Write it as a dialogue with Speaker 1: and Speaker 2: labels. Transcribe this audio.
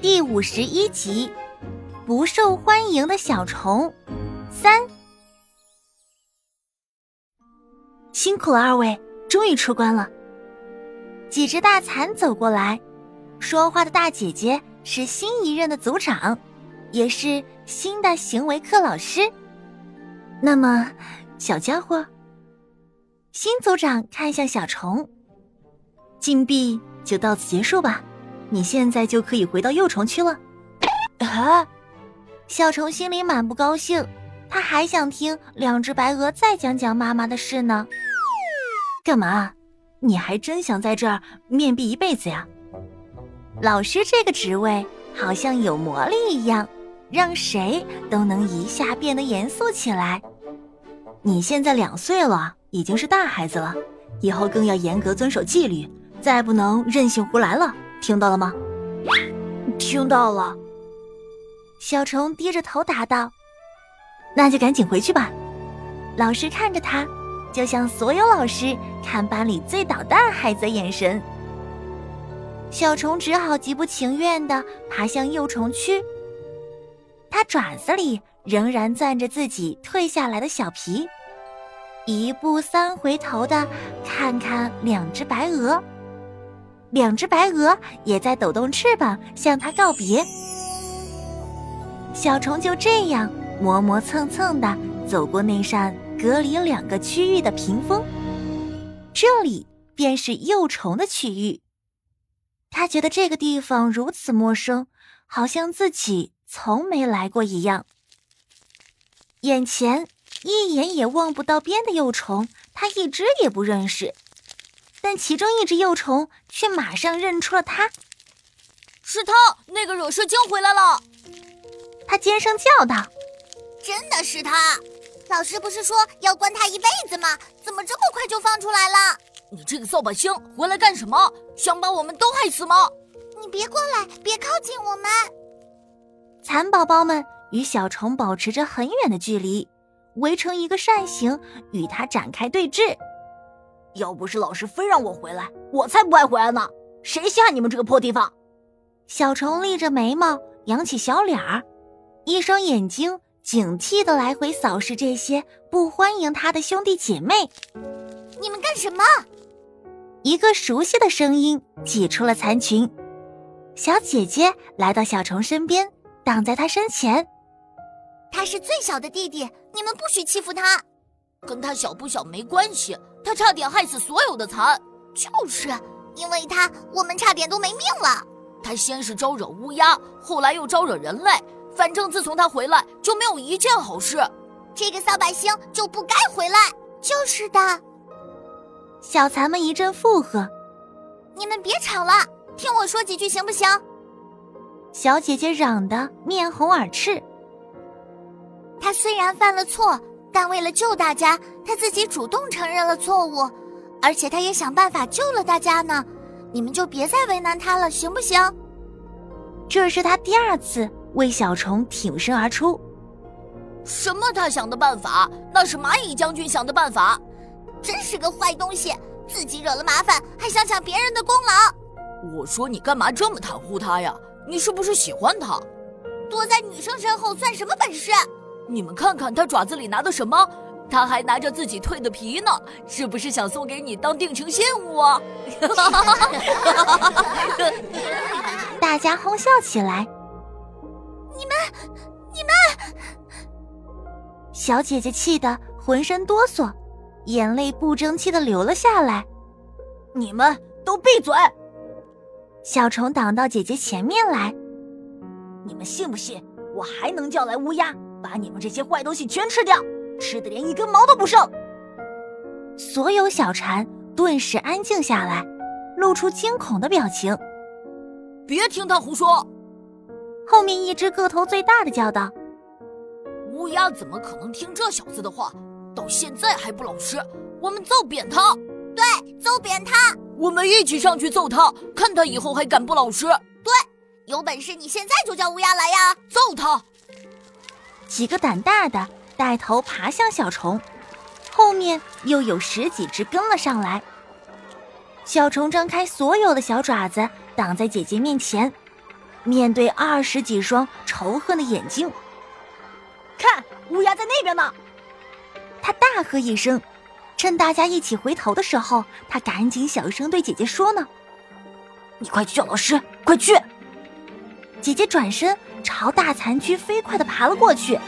Speaker 1: 第五十一集，不受欢迎的小虫三。
Speaker 2: 辛苦了二位，终于出关了。
Speaker 1: 几只大蚕走过来，说话的大姐姐是新一任的组长，也是新的行为课老师。
Speaker 2: 那么，小家伙，
Speaker 1: 新组长看向小虫，
Speaker 2: 禁闭就到此结束吧。你现在就可以回到幼虫区了。
Speaker 1: 啊！小虫心里满不高兴，他还想听两只白鹅再讲讲妈妈的事呢。
Speaker 2: 干嘛？你还真想在这儿面壁一辈子呀？
Speaker 1: 老师这个职位好像有魔力一样，让谁都能一下变得严肃起来。
Speaker 2: 你现在两岁了，已经是大孩子了，以后更要严格遵守纪律，再不能任性胡来了。听到了吗？
Speaker 3: 听到了。
Speaker 1: 小虫低着头答道：“
Speaker 2: 那就赶紧回去吧。”
Speaker 1: 老师看着他，就像所有老师看班里最捣蛋孩子的眼神。小虫只好极不情愿地爬向幼虫区。它爪子里仍然攥着自己褪下来的小皮，一步三回头的看看两只白鹅。两只白鹅也在抖动翅膀向它告别。小虫就这样磨磨蹭蹭的走过那扇隔离两个区域的屏风，这里便是幼虫的区域。他觉得这个地方如此陌生，好像自己从没来过一样。眼前一眼也望不到边的幼虫，他一只也不认识。但其中一只幼虫却马上认出了他，
Speaker 3: 是他，那个惹事精回来了。
Speaker 1: 他尖声叫道：“
Speaker 4: 真的是他！老师不是说要关他一辈子吗？怎么这么快就放出来了？”
Speaker 3: 你这个扫把星回来干什么？想把我们都害死吗？
Speaker 4: 你别过来，别靠近我们！
Speaker 1: 蚕宝宝们与小虫保持着很远的距离，围成一个扇形，与它展开对峙。
Speaker 3: 要不是老师非让我回来，我才不爱回来呢！谁稀罕你们这个破地方？
Speaker 1: 小虫立着眉毛，扬起小脸儿，一双眼睛警惕的来回扫视这些不欢迎他的兄弟姐妹。
Speaker 4: 你们干什么？
Speaker 1: 一个熟悉的声音挤出了蚕群，小姐姐来到小虫身边，挡在他身前。
Speaker 4: 他是最小的弟弟，你们不许欺负他。
Speaker 3: 跟他小不小没关系。他差点害死所有的蚕，
Speaker 4: 就是因为他，我们差点都没命了。
Speaker 3: 他先是招惹乌鸦，后来又招惹人类，反正自从他回来就没有一件好事。
Speaker 4: 这个扫把星就不该回来。
Speaker 1: 就是的，小蚕们一阵附和：“
Speaker 4: 你们别吵了，听我说几句行不行？”
Speaker 1: 小姐姐嚷得面红耳赤。
Speaker 4: 他虽然犯了错。但为了救大家，他自己主动承认了错误，而且他也想办法救了大家呢。你们就别再为难他了，行不行？
Speaker 1: 这是他第二次为小虫挺身而出。
Speaker 3: 什么？他想的办法？那是蚂蚁将军想的办法。
Speaker 4: 真是个坏东西，自己惹了麻烦，还想抢别人的功劳。
Speaker 3: 我说你干嘛这么袒护他呀？你是不是喜欢他？
Speaker 4: 躲在女生身后算什么本事？啊
Speaker 3: 你们看看他爪子里拿的什么？他还拿着自己蜕的皮呢，是不是想送给你当定情信 物啊？
Speaker 1: 大家哄笑起来。
Speaker 4: 你们，你们！
Speaker 1: 小姐姐气得浑身哆嗦，眼泪不争气的流了下来。
Speaker 3: 你们都闭嘴！
Speaker 1: 小虫挡到姐姐前面来。
Speaker 3: 你们信不信我还能叫来乌鸦？把你们这些坏东西全吃掉，吃的连一根毛都不剩。
Speaker 1: 所有小蝉顿时安静下来，露出惊恐的表情。
Speaker 3: 别听他胡说！
Speaker 1: 后面一只个头最大的叫道：“
Speaker 3: 乌鸦怎么可能听这小子的话？到现在还不老实！我们揍扁他！
Speaker 4: 对，揍扁他！
Speaker 3: 我们一起上去揍他，看他以后还敢不老实！
Speaker 4: 对，有本事你现在就叫乌鸦来呀，
Speaker 3: 揍他！”
Speaker 1: 几个胆大的带头爬向小虫，后面又有十几只跟了上来。小虫张开所有的小爪子，挡在姐姐面前，面对二十几双仇恨的眼睛。
Speaker 2: 看，乌鸦在那边呢！
Speaker 1: 他大喝一声，趁大家一起回头的时候，他赶紧小声对姐姐说呢：“
Speaker 2: 你快去叫老师，快去！”
Speaker 1: 姐姐转身朝大残躯飞快的爬了过去。